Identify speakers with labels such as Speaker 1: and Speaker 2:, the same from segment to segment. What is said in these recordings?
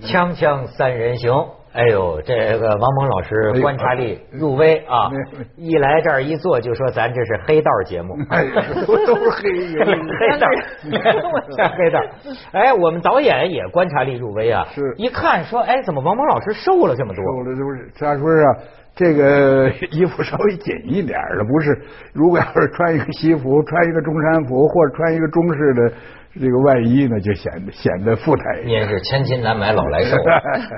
Speaker 1: 锵锵三人行，哎呦，这个王蒙老
Speaker 2: 哎
Speaker 1: 师观察力入微啊
Speaker 2: 没有没有！
Speaker 1: 一来这儿一坐就说咱这是黑道节目，
Speaker 2: 哎呀，都都黑呀！
Speaker 1: 黑道儿，像 黑道儿。哎，我们导演也观察力入微啊，
Speaker 2: 是
Speaker 1: 一看说，哎，怎么王蒙老师瘦了这么多？
Speaker 2: 瘦了是不是？他说啊，这个 衣服稍微紧一点儿了，不是？如果要是穿一个西服，穿一个中山服，或者穿一个中式的这个外衣呢，就显得显得富态一点。
Speaker 1: 您是千金难买老 来瘦，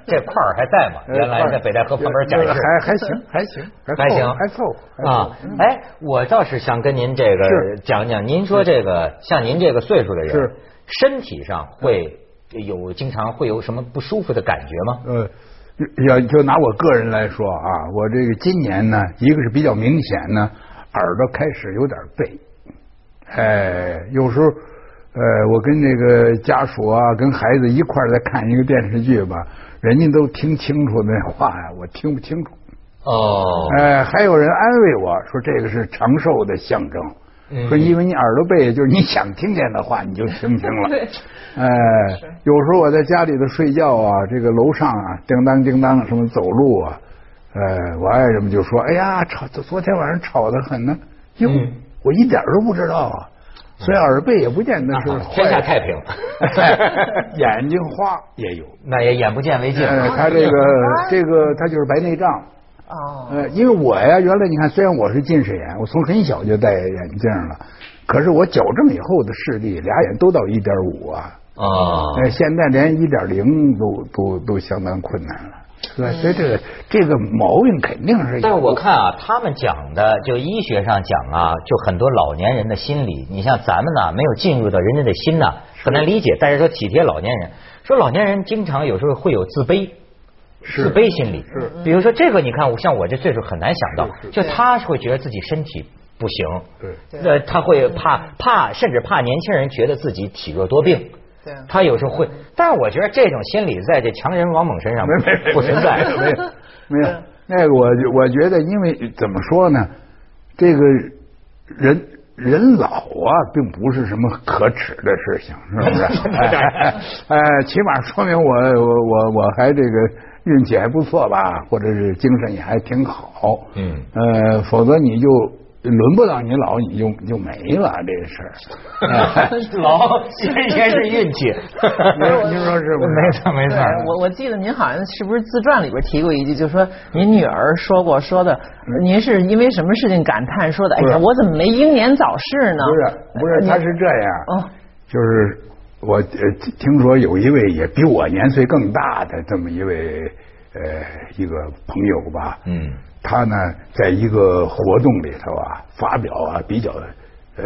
Speaker 1: 这块儿还在吗？原来在北戴河旁边展示，
Speaker 2: 呃还还行，还行，
Speaker 1: 还
Speaker 2: 凑
Speaker 1: 行，
Speaker 2: 合还凑合还凑合
Speaker 1: 啊。哎，我倒是想跟您这个
Speaker 2: 是
Speaker 1: 讲讲，您说这个像您这个岁数的人，
Speaker 2: 是
Speaker 1: 身体上会有经常会有什么不舒服的感觉吗？
Speaker 2: 呃，要就拿我个人来说啊，我这个今年呢，一个是比较明显呢，耳朵开始有点背，哎，有时候呃，我跟这个家属啊，跟孩子一块儿在看一个电视剧吧，人家都听清楚那话呀，我听不清楚。
Speaker 1: 哦，
Speaker 2: 哎，还有人安慰我说这个是长寿的象征。
Speaker 1: 嗯
Speaker 2: 说因为你耳朵背，就是你想听见的话你就听清 了。哎，有时候我在家里头睡觉啊，这个楼上啊，叮当叮当什么走路啊，呃，我爱人们就说：“哎呀，吵，昨天晚上吵得很呢。”哟
Speaker 1: 嗯，
Speaker 2: 我一点儿都不知道啊，所以耳背也不见得是
Speaker 1: 啊
Speaker 2: 坏
Speaker 1: 天下
Speaker 2: 的。
Speaker 1: 太平，
Speaker 2: 眼睛花也有。
Speaker 1: 那也眼不见为净。
Speaker 2: 呃，他这个这个他就是白内障。
Speaker 3: 哦，
Speaker 2: 呃，因为我呀，原来你看，虽然我是近视眼，我从很小就戴眼镜了，可是我矫正以后的视力，俩眼都到一点五啊，
Speaker 1: 哦，
Speaker 2: 呃，现在连一点零都都都相当困难了，是吧？所以这个这个毛病肯定是有。
Speaker 1: 但是我看啊，他们讲的就医学上讲啊，就很多老年人的心理，你像咱们呢、啊没有进入到人家的心呐、很难理解。但是说体贴老年人，说老年人经常有时候会有自卑。
Speaker 2: 是
Speaker 1: 自卑心理，
Speaker 2: 是
Speaker 1: 比如说这个，你看，我像我这岁数很难想到，
Speaker 2: 是是
Speaker 1: 就他会觉得自己身体不行，
Speaker 2: 对
Speaker 1: 呃，他会怕怕，甚至怕年轻人觉得自己体弱多病，
Speaker 3: 对
Speaker 1: 他有时候会，但是我觉得这种心理在这强人王猛身上
Speaker 2: 没没没
Speaker 1: 不存在，嗯
Speaker 2: 没有没有。那个我就我觉得，因为怎么说呢，这个人人老啊，并不是什么可耻的事情，是不是？ 哎哎哎哎，起码说明我我我我还这个运气还不错吧，或者是精神也还挺好。
Speaker 1: 嗯
Speaker 2: 呃，否则你就。轮不到你老，你就就没了这个事儿。
Speaker 1: 老也也是运 气，
Speaker 2: 您您说是不是？
Speaker 1: 没错没错
Speaker 3: 对，，我我记得您好像是不是自传里边提过一句，就说您女儿说过说的，您是因为什么事情感叹说的？哎
Speaker 2: 嗯不是
Speaker 3: 呀，我怎么没英年早逝
Speaker 1: 啊
Speaker 3: 呢？
Speaker 2: 不
Speaker 3: 呃
Speaker 2: 是不是，
Speaker 3: 你
Speaker 2: 他是这样，
Speaker 1: 呃
Speaker 3: 哦
Speaker 2: 就是我呃听说有一位也比我年岁更大的这么一位呃一个朋友吧，
Speaker 1: 嗯，
Speaker 2: 他呢在一个活动里头啊发表啊比较呃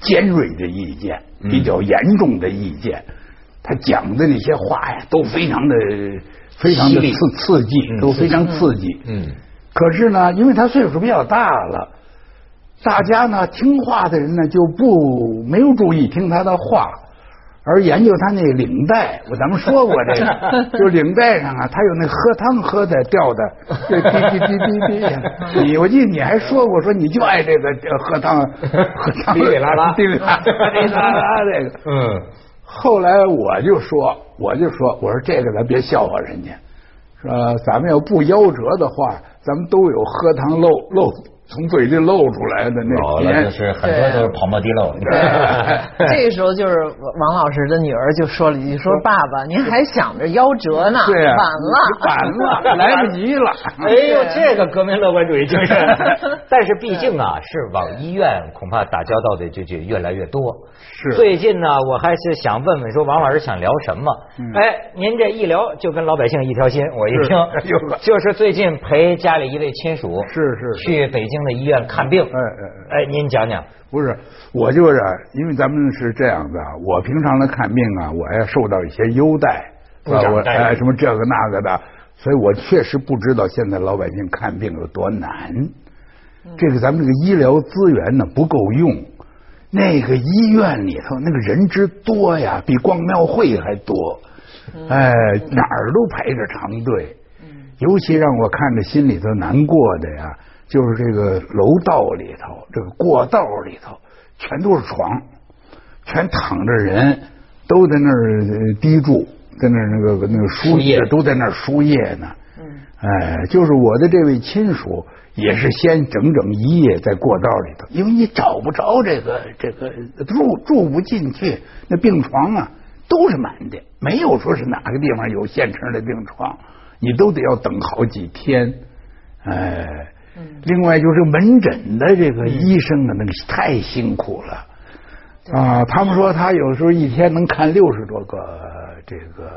Speaker 2: 尖锐的意见，比
Speaker 1: 嗯
Speaker 2: 较严重的意见，他讲的那些话呀都非常的非常
Speaker 1: 犀
Speaker 2: 的
Speaker 1: 利
Speaker 2: 刺刺激，都非常刺激，
Speaker 1: 嗯嗯
Speaker 2: 可是呢，因为他岁数比较大了，大家呢听话的人呢就不没有注意听他的话，而研究他那领带。我咱们说过这个，就领带上啊，他有那喝汤喝的掉的，就滴滴滴滴滴。你我记得你还说过，说你就爱这个呃喝汤喝汤
Speaker 1: 哩哩啦啦
Speaker 2: 滴哩啦啦滴哩啦啦这个。
Speaker 1: 嗯，
Speaker 2: 后来我就说，我就说，我说这个咱别笑话人家，说咱们要不夭折的话，咱们都有喝汤漏漏从嘴里漏出来的
Speaker 1: 老
Speaker 2: 那
Speaker 1: 了
Speaker 2: 年
Speaker 1: 哦就。是很多都是跑冒滴漏， 啊
Speaker 3: 这个时候就是王老师的女儿就说了一句：“说爸爸，您还想着夭折呢，
Speaker 2: 对呀、
Speaker 3: 晚了。
Speaker 2: 晚了，来不及了。
Speaker 1: 哎呦，这个革命乐观主义精 神，但是毕竟啊，是往医院恐怕打交道的就就越来越多。
Speaker 2: 是
Speaker 1: 最近呢，我还是想问问说王老师想聊什么？哎，您这一聊就跟老百姓一条心，我一
Speaker 2: 是
Speaker 1: 听
Speaker 2: 哎呦呵
Speaker 1: 就是最近陪家里一位亲属
Speaker 2: 是是是
Speaker 1: 去北京的医院看病。哎
Speaker 2: 哎
Speaker 1: 哎哎，您讲讲，
Speaker 2: 不是，我就是啊因为咱们是这样的，我平常来看病啊，我要受到一些优待，
Speaker 1: 部长
Speaker 2: 啊我
Speaker 1: 待遇
Speaker 2: 哎什么这个那个的，所以我确实不知道现在老百姓看病有多难。这个咱们这个医疗资源呢不够用，那个医院里头那个人之多呀，比逛庙会还多，哎，哪儿都排着长队。尤其让我看着心里头难过的呀，就是这个楼道里头，这个过道里头，全都是床，全躺着人，都在那儿呃低住，在那儿那个那个
Speaker 1: 输
Speaker 2: 输
Speaker 1: 液
Speaker 2: 都在那儿输液呢。哎，就是我的这位亲属也是先整整一夜在过道里头，因为你找不着这个这个住住不进去，那病床啊都是满的，没有说是哪个地方有现成的病床，你都得要等好几天。哎，另外就是门诊的这个医生啊，那个太辛苦了。啊，他们说他有时候一天能看六十多个这个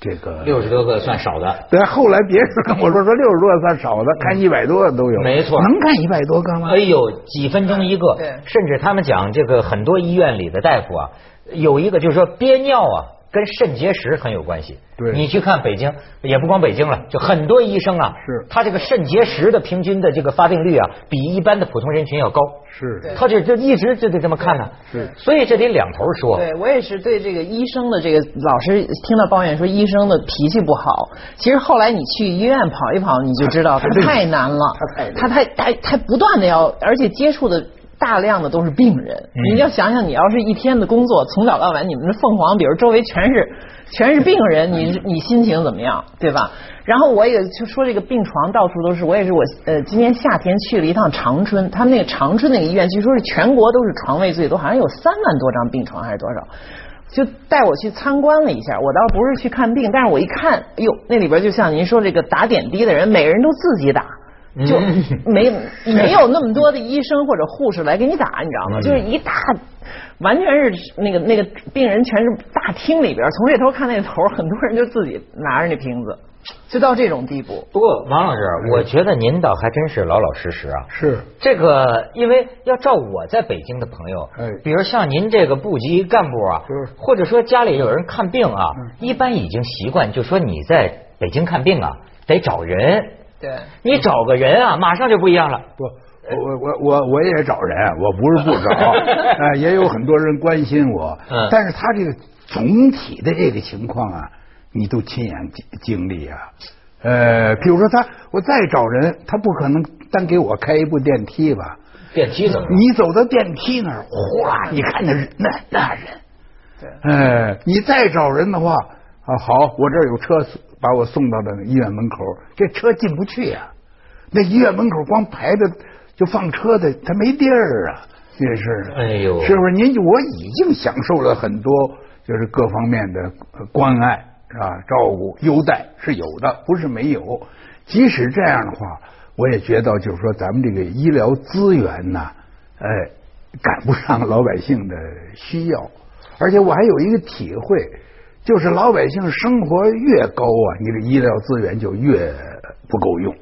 Speaker 2: 这个
Speaker 1: 六十多个算少的，
Speaker 2: 对，后来别人跟我说说六十多个算少的，看一百多个都有。
Speaker 1: 嗯没错
Speaker 2: 能看一百多个吗
Speaker 1: 哎？呦，几分钟一个
Speaker 3: 对，
Speaker 1: 甚至他们讲这个很多医院里的大夫啊，有一个就是说憋尿啊，跟肾结石很有关系。
Speaker 2: 对
Speaker 1: 你去看北京，也不光北京了，就很多医生啊，
Speaker 2: 是
Speaker 1: 他这个肾结石的平均的这个发病率啊，比一般的普通人群要高。
Speaker 2: 是
Speaker 3: 对
Speaker 1: 他就就一直就得这么看呢、
Speaker 2: 是
Speaker 1: 所以这得两头说。
Speaker 3: 对我也是对这个医生的这个老是听到抱怨说医生的脾气不好，其实后来你去医院跑一跑，你就知道
Speaker 2: 他
Speaker 3: 他
Speaker 2: 他
Speaker 3: 太难了，
Speaker 2: 他
Speaker 3: 他太他他不断的要，而且接触的。大量的都是病人，你要想想，你要是一天的工作，从早到晚，你们这凤凰，比如周围全是全是病人，你你心情怎么样，对吧？然后我也就说这个病床到处都是，我也是我呃，今年夏天去了一趟长春，他们那个长春那个医院，据说是全国都是床位最多，好像有三万多张病床还是多少。就带我去参观了一下，我倒不是去看病，但是我一看，哎呦，那里边就像您说这个打点滴的人，每个人都自己打，就
Speaker 1: 嗯
Speaker 3: 没没有那么多的医生或者护士来给你打，你知道吗？就是一大，完全是那个那个病人全是大厅里边，从这头看那头，很多人就自己拿着那瓶子，就到这种地步。
Speaker 1: 不过王老师，我觉得您倒还真是老老实实啊。
Speaker 2: 是，
Speaker 1: 这个，因为要照我在北京的朋友，
Speaker 2: 哎
Speaker 1: 比如像您这个部级干部啊
Speaker 2: 是，嗯
Speaker 1: 或者说家里有人看病啊，一般已经习惯，就说你在北京看病啊，得找人，
Speaker 3: 对，
Speaker 1: 你找个人啊，马上就不一样了。
Speaker 2: 嗯不，我我我我也找人，我不是不 找，哎，也有很多人关心我
Speaker 1: 嗯，
Speaker 2: 但是他这个总体的这个情况啊，你都亲眼经经历啊。呃，比如说他，我再找人，他不可能单给我开一部电梯吧？
Speaker 1: 电梯怎么了？
Speaker 2: 你走到电梯那儿，哗，你看那人那那人，
Speaker 3: 对
Speaker 2: 哎，你再找人的话，啊，好，我这儿有车把我送到的医院门口，这车进不去啊呀、那医院门口光排着就放车的，他没地儿啊，这是，
Speaker 1: 哎呦
Speaker 2: 是不是？您我已经享受了很多，就是各方面的呃关爱是吧？照顾优待是有的，不是没有。即使这样的话，我也觉得就是说，咱们这个医疗资源呐，呃，赶不上老百姓的需要。而且我还有一个体会，就是老百姓生活越高啊，你的医疗资源就越不够用。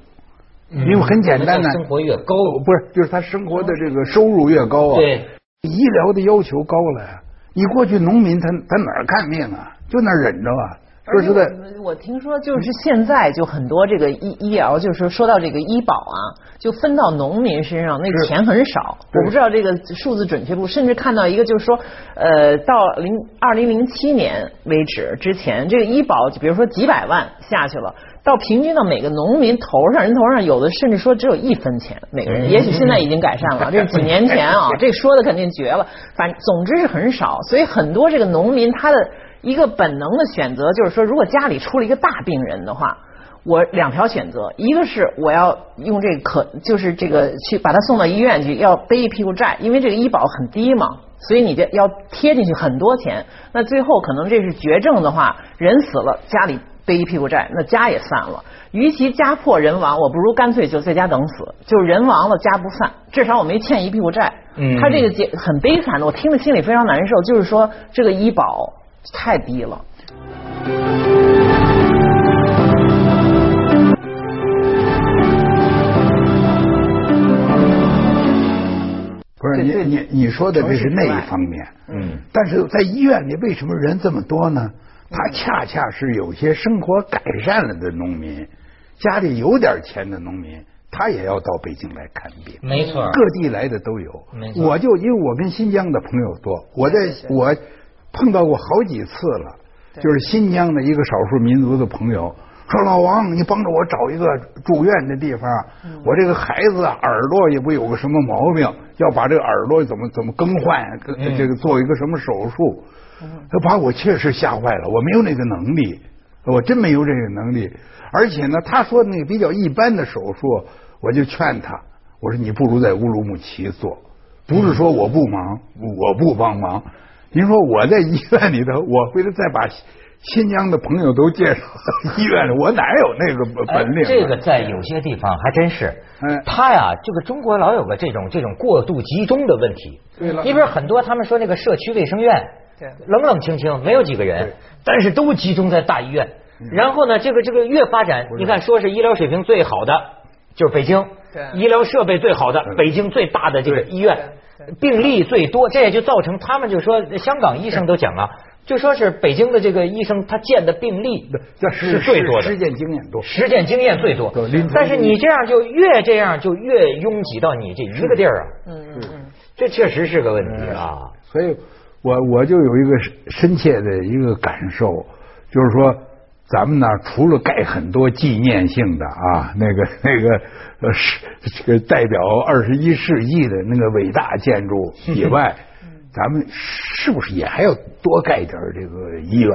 Speaker 2: 因为很简单呢，
Speaker 1: 嗯生活越高，
Speaker 2: 不是，就是他生活的
Speaker 3: 嗯
Speaker 2: 这个收入越高啊，
Speaker 1: 对，
Speaker 2: 医疗的要求高了呀。你过去农民他他哪儿看病啊？就那儿忍着啊。说实在，
Speaker 3: 而且我，我听说就是现在就很多这个医医疗，就是说到这个医保啊，就分到农民身上，那
Speaker 2: 是
Speaker 3: 钱很少。
Speaker 2: 对
Speaker 3: 我不知道这个数字准确不，甚至看到一个就是说，呃，到零二零零七年为止之前，这个医保比如说几百万下去了。到平均到每个农民头上，人头上有的甚至说只有一分钱，每个
Speaker 2: 嗯
Speaker 3: 人。也许现在已经改善了，这是几年前啊，这说的肯定绝了。反总之是很少，所以很多这个农民他的一个本能的选择就是说，如果家里出了一个大病人的话，我两条选择，一个是我要用这个可就是这个去把他送到医院去，要背一屁股债，因为这个医保很低嘛，所以你这要贴进去很多钱。那最后可能这是绝症的话，人死了家里背一屁股债，那家也散了。与其家破人亡，我不如干脆就在家等死，就人亡了家不散，至少我没欠一屁股债。
Speaker 1: 嗯
Speaker 3: 他这个结很悲惨的，我听着心里非常难受。就是说这个医保太低了。
Speaker 2: 不是
Speaker 3: 对
Speaker 2: 你
Speaker 3: 对
Speaker 2: 你你说的这是那一方面，
Speaker 1: 嗯，
Speaker 2: 但是在医院里为什么人这么多呢？他恰恰是有些生活改善了的农民，家里有点钱的农民，他也要到北京来看病。
Speaker 1: 没错儿，
Speaker 2: 各地来的都有
Speaker 1: 没。错
Speaker 2: 我就因为我跟新疆的朋友多，我在我碰到过好几次了，就是新疆的一个少数民族的朋友说老王，你帮着我找一个住院的地方，
Speaker 1: 嗯
Speaker 2: 我这个孩子啊耳朵也不有个什么毛病，要把这个耳朵怎么怎么更换，跟
Speaker 1: 嗯
Speaker 2: 这个做一个什么手术，他把我确实吓坏了，我没有那个能力，我真没有这个能力，而且呢，他说那个比较一般的手术，我就劝他，我说你不如在乌鲁木齐做。不是说我不忙，我不帮忙。您说我在医院里头，我回头再把新疆的朋友都介绍到医院里，我哪有那个本领、啊
Speaker 1: 哎这个在有些地方还真是
Speaker 2: 哎，
Speaker 1: 他呀，这个中国老有个这种这种过度集中的问题。
Speaker 2: 对了
Speaker 1: 你比如很多他们说那个社区卫生院，
Speaker 3: 对
Speaker 1: 冷冷清清，没有几个人
Speaker 2: 对，嗯
Speaker 1: 但是都集中在大医院。然后呢，这个这个越发展，你看说是医疗水平最好的就是北京，
Speaker 3: 对
Speaker 1: 医疗设备最好
Speaker 2: 嗯
Speaker 1: 的北京最大的这个医院，病例最多，这也就造成他们就说香港医生都讲啊，就说是北京的这个医生他见的病例
Speaker 2: 这
Speaker 1: 是最多
Speaker 2: 实
Speaker 1: 的。
Speaker 2: 践经验多。
Speaker 1: 实践经验最多
Speaker 2: 对临，床
Speaker 1: 但是你这样就越这样就越拥挤到你这一个地儿啊，
Speaker 3: 嗯嗯嗯，
Speaker 1: 这确实是个问题啊。
Speaker 2: 所以我我就有一个深切的一个感受，就是说，咱们呢除了盖很多纪念性的啊，那个那个呃是这个代表二十一世纪的那个伟大建筑以外，咱们是不是也还要多盖点儿这个医院？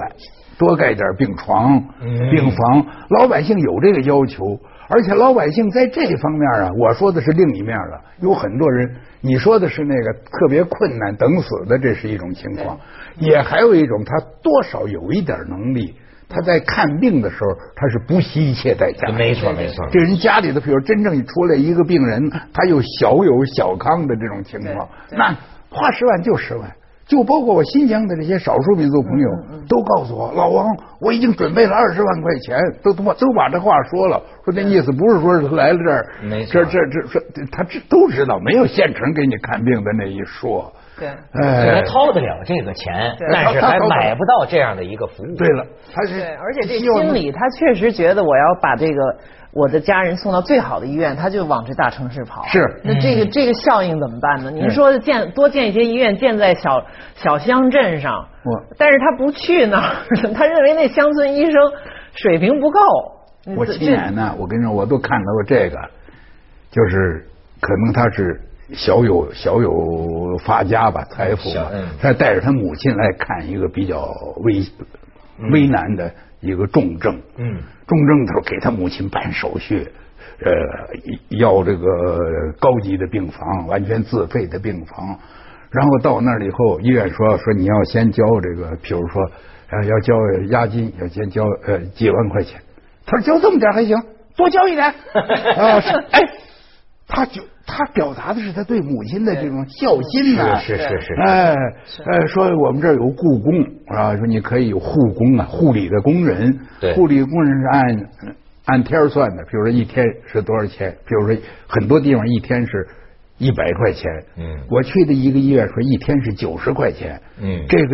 Speaker 2: 多盖点儿病床、
Speaker 1: 嗯
Speaker 2: 病房，老百姓有这个要求，而且老百姓在这方面啊，我说的是另一面了。有很多人，你说的是那个特别困难等死的，这是一种情况，也还有一种他多少有一点能力，他在看病的时候他是不惜一切代价。
Speaker 1: 没错没错
Speaker 2: 这人家里头，比如真正出来一个病人，他有小有小康的这种情况，
Speaker 3: 嗯对对
Speaker 2: 那花十万就十万。就包括我新疆的这些少数民族朋友，
Speaker 3: 嗯
Speaker 2: 都告诉我，老王，我已经准备了二十万块钱，都都把都把这话说了，说那意思不是说是他来了这儿，
Speaker 1: 没错
Speaker 2: 这这这说他这都知道，没有现成给你看病的那一说。
Speaker 3: 对。
Speaker 1: 本
Speaker 2: 哎，
Speaker 1: 来掏得了这个钱
Speaker 3: 对，
Speaker 1: 但是
Speaker 2: 他
Speaker 1: 还
Speaker 2: 他掏不了
Speaker 1: 买不到这样的一个服务。
Speaker 2: 对了，他是
Speaker 3: 对，而且这
Speaker 2: 希望
Speaker 3: 心理，他确实觉得我要把这个我的家人送到最好的医院，他就往这大城市跑。
Speaker 2: 是
Speaker 3: 那这个这个效应怎么办呢？您说建多建一些医院，建在小小乡镇上
Speaker 2: 我，
Speaker 3: 但是他不去呢， 他认为那乡村医生水平不够。
Speaker 2: 我
Speaker 3: 嗯这
Speaker 2: 亲眼呢，我跟你说，我都看到过这个，就是可能他是小有小有发家吧，财富
Speaker 1: 小
Speaker 2: 嘛
Speaker 1: 嗯，
Speaker 2: 他带着他母亲来看一个比较危危难的一个重症，
Speaker 1: 嗯，
Speaker 2: 重症头给他母亲办手续。呃，要这个高级的病房，完全自费的病房，然后到那儿了以后，医院说说你要先交这个，比如说呃要交押金，要先交呃几万块钱。他说交这么点儿还行，多交 一点。啊，是哎，他就他表达的是他对母亲的这种孝心呐、
Speaker 1: 是是是是
Speaker 2: 哎呃，说我们这儿有故宫啊，说你可以有护工啊，护理的工人，
Speaker 1: 对
Speaker 2: 护理工人是按按天儿算的，比如说一天是多少钱，比如说很多地方一天是一百块钱，
Speaker 1: 嗯
Speaker 2: 我去的一个医院说一天是九十块钱，
Speaker 1: 嗯
Speaker 2: 这个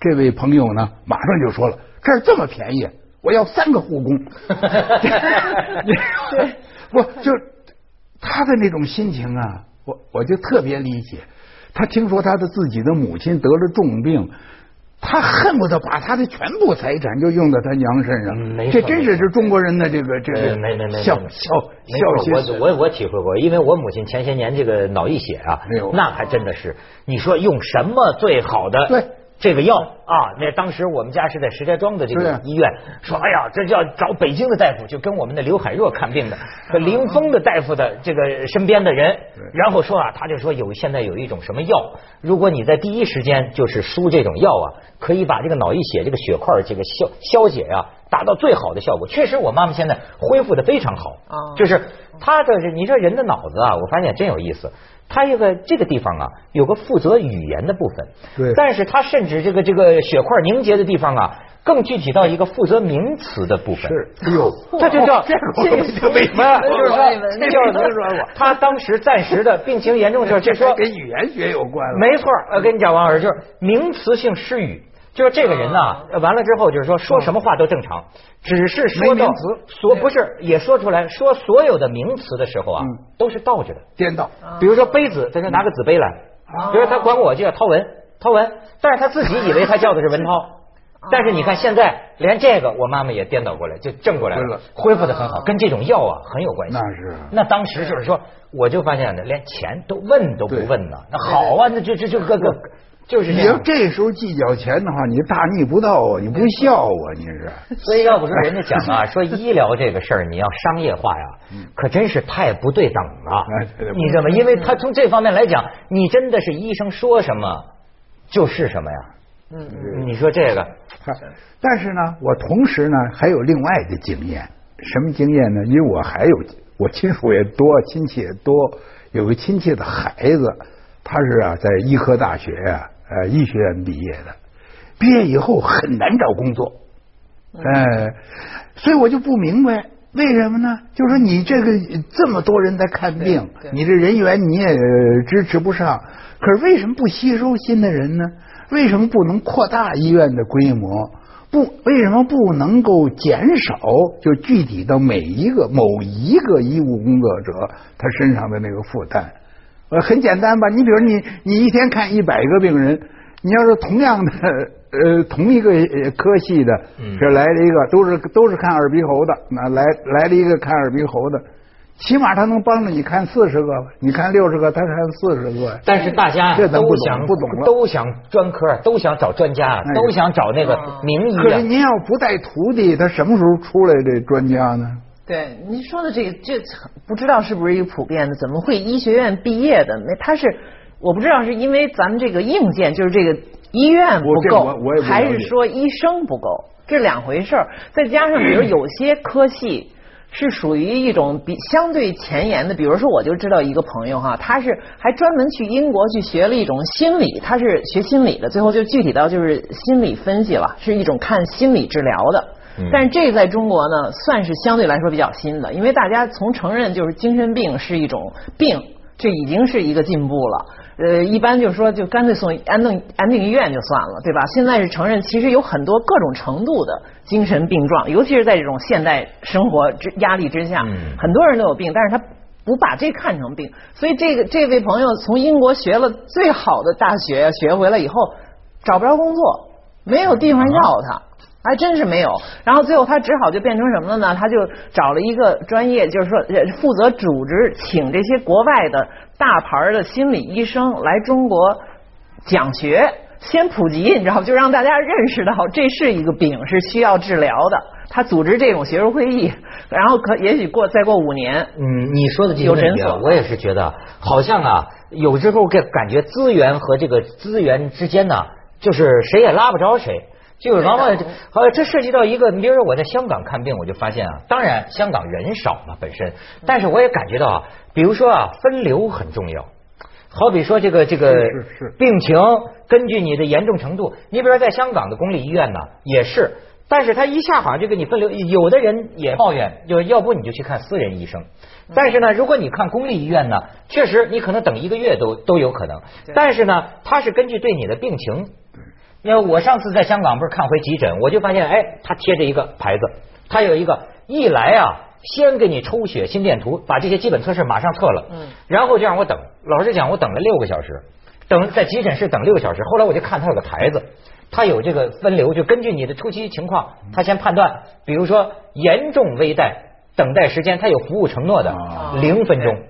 Speaker 2: 这位朋友呢，马上就说了，这儿这么便宜，我要三个护 工，不就他的那种心情啊，我我就特别理解。他听说他的自己的母亲得了重病，他恨不得把他的全部财产就用到他娘身上，
Speaker 1: 嗯没错
Speaker 2: 这真是这中国人的这个这个
Speaker 1: 呃，没没没，
Speaker 2: 孝
Speaker 1: 没
Speaker 2: 孝
Speaker 1: 没
Speaker 2: 孝心。
Speaker 1: 我我我体会过，因为我母亲前些年这个脑溢血啊
Speaker 2: 哎呦，
Speaker 1: 那还真的是，你说用什么最好的
Speaker 2: 对
Speaker 1: 这个药啊？那当时我们家是在石家庄的这
Speaker 2: 对
Speaker 1: 个
Speaker 2: 啊
Speaker 1: 医院，说哎呀，这就要找北京的大夫，就跟我们的刘海若 看病的和林峰的大夫的这个身边的人，然后说啊，他就说有现在有一种什么药，如果你在第一时间就是输这种药啊，可以把这个脑溢血这个血块儿这个消消解啊，达到最好的效果。确实，我妈妈现在恢复的非常好
Speaker 3: 哦，
Speaker 1: 就是她的是你说人的脑子啊，我发现真有意思。它一个这个地方啊，有个负责语言的部分，
Speaker 2: 对
Speaker 1: 但是它甚至这个这个血块凝结的地方啊，更具体到一个负责名词的部分。
Speaker 2: 是，哎呦，
Speaker 1: 这就叫
Speaker 2: 这个我就没
Speaker 1: 没有，就是
Speaker 3: 我也没
Speaker 1: 说，就是
Speaker 3: 听说过
Speaker 1: 他当时暂时的病情严重的时候，就 说
Speaker 2: 跟语言学有关了。
Speaker 1: 没错儿，我跟你讲，王老师就是名词性失语，就是这个人呐、
Speaker 2: 啊
Speaker 1: 呃完了之后就是说说什么话都正常，只是说
Speaker 2: 没
Speaker 1: 到
Speaker 2: 名词
Speaker 1: 所不是也说出来，说所有的名词的时候啊
Speaker 2: 嗯，
Speaker 1: 都是倒着的。
Speaker 2: 颠倒，
Speaker 1: 比如说杯子，他说拿个纸杯来，比如说他管我就叫涛文，涛文，但是他自己以为他叫的是文涛。但是你看现在连这个，我妈妈也颠倒过来，就正过来
Speaker 2: 对了
Speaker 1: 了，恢复的很好，跟这种药啊很有关系。
Speaker 2: 那是
Speaker 1: 那当时就是说，我就发现了，连钱都问都不
Speaker 2: 对
Speaker 1: 问呢。那好啊，那这这这个个就是
Speaker 2: 你
Speaker 1: 这
Speaker 2: 要
Speaker 1: 样。
Speaker 2: 这时候计较钱的话，你大逆不道啊！你不孝啊！你 是
Speaker 1: 所以要不说人家讲 啊，说医疗这个事儿你要商业化呀，可真是太不对等了
Speaker 2: 嗯 哎对对。
Speaker 1: 你知道吗？因为他从这方面来讲，你真的是医生说什么就是什么呀。
Speaker 3: 嗯
Speaker 1: 嗯，你说这个，
Speaker 2: 但是呢，我同时呢还有另外的经验，什么经验呢？因为我还有我亲属也多，亲戚也多，有个亲戚的孩子，他是啊在医科大学啊呃医学院毕业的，毕业以后很难找工作，
Speaker 3: 嗯
Speaker 2: 哎、所以我就不明白。为什么呢？就是说你这个这么多人在看病
Speaker 3: 对对，
Speaker 2: 你这人员你也呃支持不上，可是为什么不吸收新的人呢？为什么不能扩大医院的规模？不，为什么不能够减少就具体到每一个某一个医务工作者他身上的那个负担？呃，很简单吧？你比如你你一天看一百个病人，你要是同样的呃同一个呃科系的，
Speaker 1: 嗯
Speaker 2: 这来了一个都是都是看耳鼻喉的，那来来了一个看耳鼻喉的，起码他能帮着你看四十个吧，你看六十个，他看四十个。
Speaker 1: 但是大家
Speaker 2: 这
Speaker 1: 呀
Speaker 2: 咱不
Speaker 1: 都
Speaker 2: 懂
Speaker 1: 想
Speaker 2: 不懂了
Speaker 1: 都想专科，都想找专家
Speaker 2: 哎，
Speaker 1: 都想找那个名医
Speaker 2: 可
Speaker 1: 啊
Speaker 2: 是。您要不带徒弟，他什么时候出来这专家呢？
Speaker 3: 对，您说的这个，这不知道是不是一个普遍的？怎么会医学院毕业的？那他是我不知道，是因为咱们这个硬件，就是这个医院不
Speaker 2: 我这
Speaker 3: 够
Speaker 2: 我我也，不了解
Speaker 3: 还是说医生不够？这两回事儿。再加上，比如有些科系是属于一种比相对前沿的，比如说我就知道一个朋友哈，他是还专门去英国去学了一种心理，他是学心理的，最后就具体到就是心理分析了，是一种看心理治疗的。
Speaker 1: 嗯
Speaker 3: 但是这在中国呢，算是相对来说比较新的，因为大家从承认就是精神病是一种病，这已经是一个进步了。呃，一般就是说，就干脆送安定安定医院就算了，对吧？现在是承认，其实有很多各种程度的精神病状，尤其是在这种现代生活之压力之下，
Speaker 1: 嗯
Speaker 3: 很多人都有病，但是他不把这看成病。所以这个这位朋友从英国学了最好的大学，学回来以后找不着工作，没有地方要他。还真是没有，然后最后他只好就变成什么了呢？他就找了一个专业，就是说呃负责组织请这些国外的大牌的心理医生来中国讲学，先普及，你知道吗？就让大家认识到这是一个病，是需要治疗的。他组织这种学术会议， 然后可也许过再过五年，
Speaker 1: 嗯，你说的这些
Speaker 3: 有
Speaker 1: 问题
Speaker 3: 诊
Speaker 1: 啊
Speaker 3: 所，
Speaker 1: 我也是觉得好像啊，有时候感感觉资源和这个资源之间呢，就是谁也拉不着谁。就是往往
Speaker 3: 对的
Speaker 1: 好像这涉及到一个，你比如说我在香港看病，我就发现啊，当然香港人少嘛本身，但是我也感觉到啊，比如说啊，分流很重要。好比说这个这个
Speaker 2: 是是是
Speaker 1: 病情，根据你的严重程度，你比如说在香港的公立医院呢，也是，但是他一下好像就给你分流，有的人也抱怨，就要不你就去看私人医生，
Speaker 2: 嗯
Speaker 1: 但是呢，如果你看公立医院呢，确实你可能等一个月都都有可能，但是呢，他是根据对你的病情那我上次在香港不是看回急诊，我就发现，哎，他贴着一个牌子，他有一个一来啊，先给你抽血、心电图，把这些基本测试马上测了，
Speaker 3: 嗯，
Speaker 1: 然后就让我等。老实讲，我等了六个小时，等在急诊室等六个小时。后来我就看他有个台子，他有这个分流，就根据你的初期情况，他先判断，比如说严重危殆，等待时间他有服务承诺的
Speaker 2: 啊
Speaker 1: 零分钟。
Speaker 2: 嗯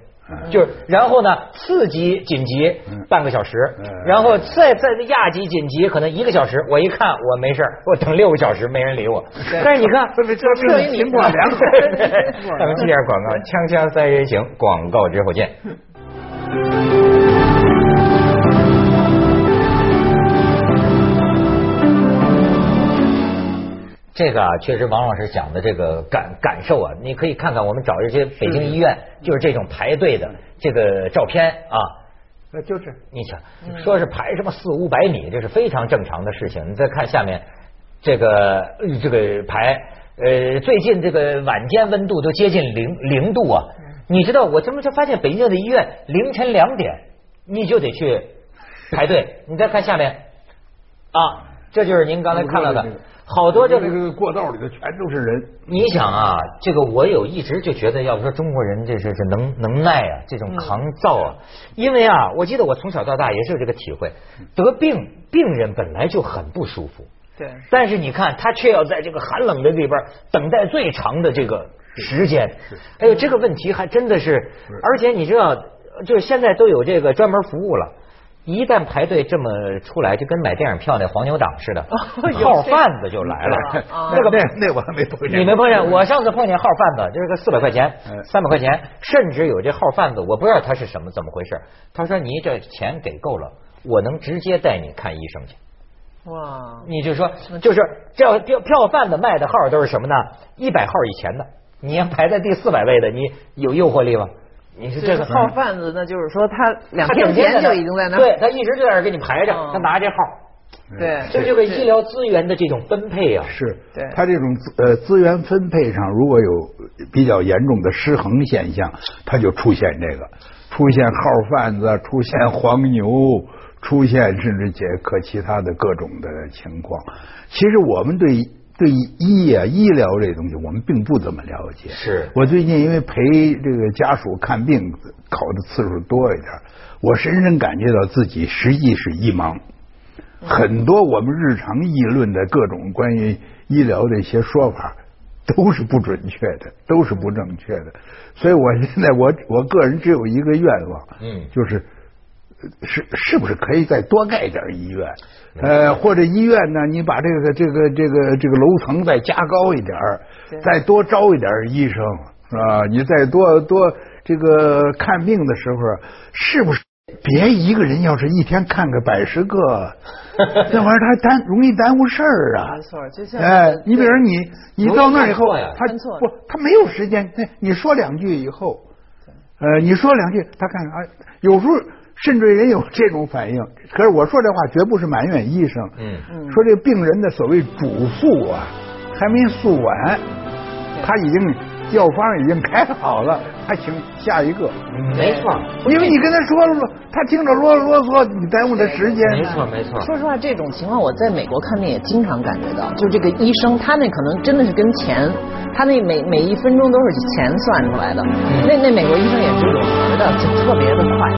Speaker 1: 就是，然后呢，次级紧急
Speaker 2: 嗯
Speaker 1: 半个小时
Speaker 2: 嗯，
Speaker 1: 然后再再亚急紧急可能一个小时，我一看我没事儿我等六个小时没人理我。但是你看，
Speaker 2: 这这
Speaker 3: 这
Speaker 2: 这
Speaker 3: 这
Speaker 2: 秦破良
Speaker 1: 咱们接点广告，锵锵三人行，广告之后见。这个啊，确实王老师讲的这个感感受啊，你可以看看我们找一些北京医院，就是这种排队的这个照片啊。
Speaker 2: 呃就是
Speaker 1: 你想说是排什么四五百米，这是非常正常的事情。你再看下面这个呃这个排，呃，最近这个晚间温度都接近零零度啊。你知道我怎么就发现北京的医院凌晨两点你就得去排队。你再看下面啊，这就是您刚才看到
Speaker 2: 我
Speaker 1: 的
Speaker 2: 说的这个，
Speaker 1: 好多这个
Speaker 2: 这个过道里头全都是人。
Speaker 1: 你想啊，这个我有一直就觉得，要不说中国人这是是能能耐啊，这
Speaker 3: 嗯
Speaker 1: 种抗造啊，因为啊，我记得我从小到大也是有这个体会，得病病人本来就很不舒服，
Speaker 3: 对
Speaker 1: 但是你看，他却要在这个寒冷的地方等待最长的这个时间。哎呦，这个问题还真的是，而且你知道，就是现在都有这个专门服务了。一旦排队这么出来，就跟买电影票那黄牛党似的，
Speaker 3: 哦有
Speaker 1: 号贩子就来了
Speaker 3: 这个啊。
Speaker 1: 那个
Speaker 2: 那那我还没碰见。
Speaker 1: 你没碰见？我上次碰见号贩子，就是个四百块钱、三百块钱，甚至有这号贩子，我不知道他是什么怎么回事。他说：“你这钱给够了，我能直接带你看医生去。”
Speaker 3: 哇，
Speaker 1: 你就说，就是这票票贩子卖的号都是什么呢？一百号以前的，你要排在第四百位的，你有诱惑力吗？你是这
Speaker 3: 这
Speaker 1: 个嗯
Speaker 3: 个号贩子那就是说他两
Speaker 1: 他整
Speaker 3: 天前
Speaker 1: 在
Speaker 3: 就已经在那儿
Speaker 1: 对他一直就在那儿给你排着，
Speaker 3: 嗯
Speaker 1: 他拿这号，
Speaker 3: 对
Speaker 1: 这就个医疗资源的这种分配啊。
Speaker 2: 是
Speaker 3: 对，
Speaker 2: 它这种资呃资源分配上如果有比较严重的失衡现象，它就出现这个，出现号贩子，出现黄牛，出现甚至解可其他的各种的情况。其实我们对对医啊医疗这东西，我们并不怎么了解。
Speaker 1: 是
Speaker 2: 我最近因为陪这个家属看病，考的次数多一点儿，我深深感觉到自己实际是一盲。很多我们日常议论的各种关于医疗的一些说法，都是不准确的，都是不正确的。所以我现在我我个人只有一个愿望，
Speaker 1: 嗯
Speaker 2: 就是呃是是不是可以再多盖点医院？呃，或者医院呢，你把这个这个这个这个楼层再加高一点儿
Speaker 3: 对，
Speaker 2: 再多招一点儿医生，是吧？你再多多这个看病的时候，啊是不是别一个人要是一天看个百十个，那玩意儿他耽容易耽误事儿啊
Speaker 3: 没。错，就像
Speaker 2: 哎，你比如你你到那儿以后
Speaker 1: 容易看错呀，
Speaker 2: 他
Speaker 3: 看错
Speaker 2: 不他没有时间，那你说两句以后，呃，你说两句，他看看，哎，有时候甚至人有这种反应。可是我说这话绝不是埋怨医生，
Speaker 1: 嗯
Speaker 2: 说这病人的所谓主诉啊，还没诉完，他已经药方已经开好了，还请下一个。
Speaker 3: 嗯
Speaker 1: 没错，
Speaker 2: 因为你跟他说了，他听着啰啰嗦，你耽误他时间。
Speaker 3: 啊
Speaker 1: 没错，没错。
Speaker 3: 说实话，这种情况我在美国看病也经常感觉到，就这个医生他那可能真的是跟钱，他那每
Speaker 2: 嗯
Speaker 3: 每一分钟都是钱算出来的。那那美国医生也是有时的，就特别的快。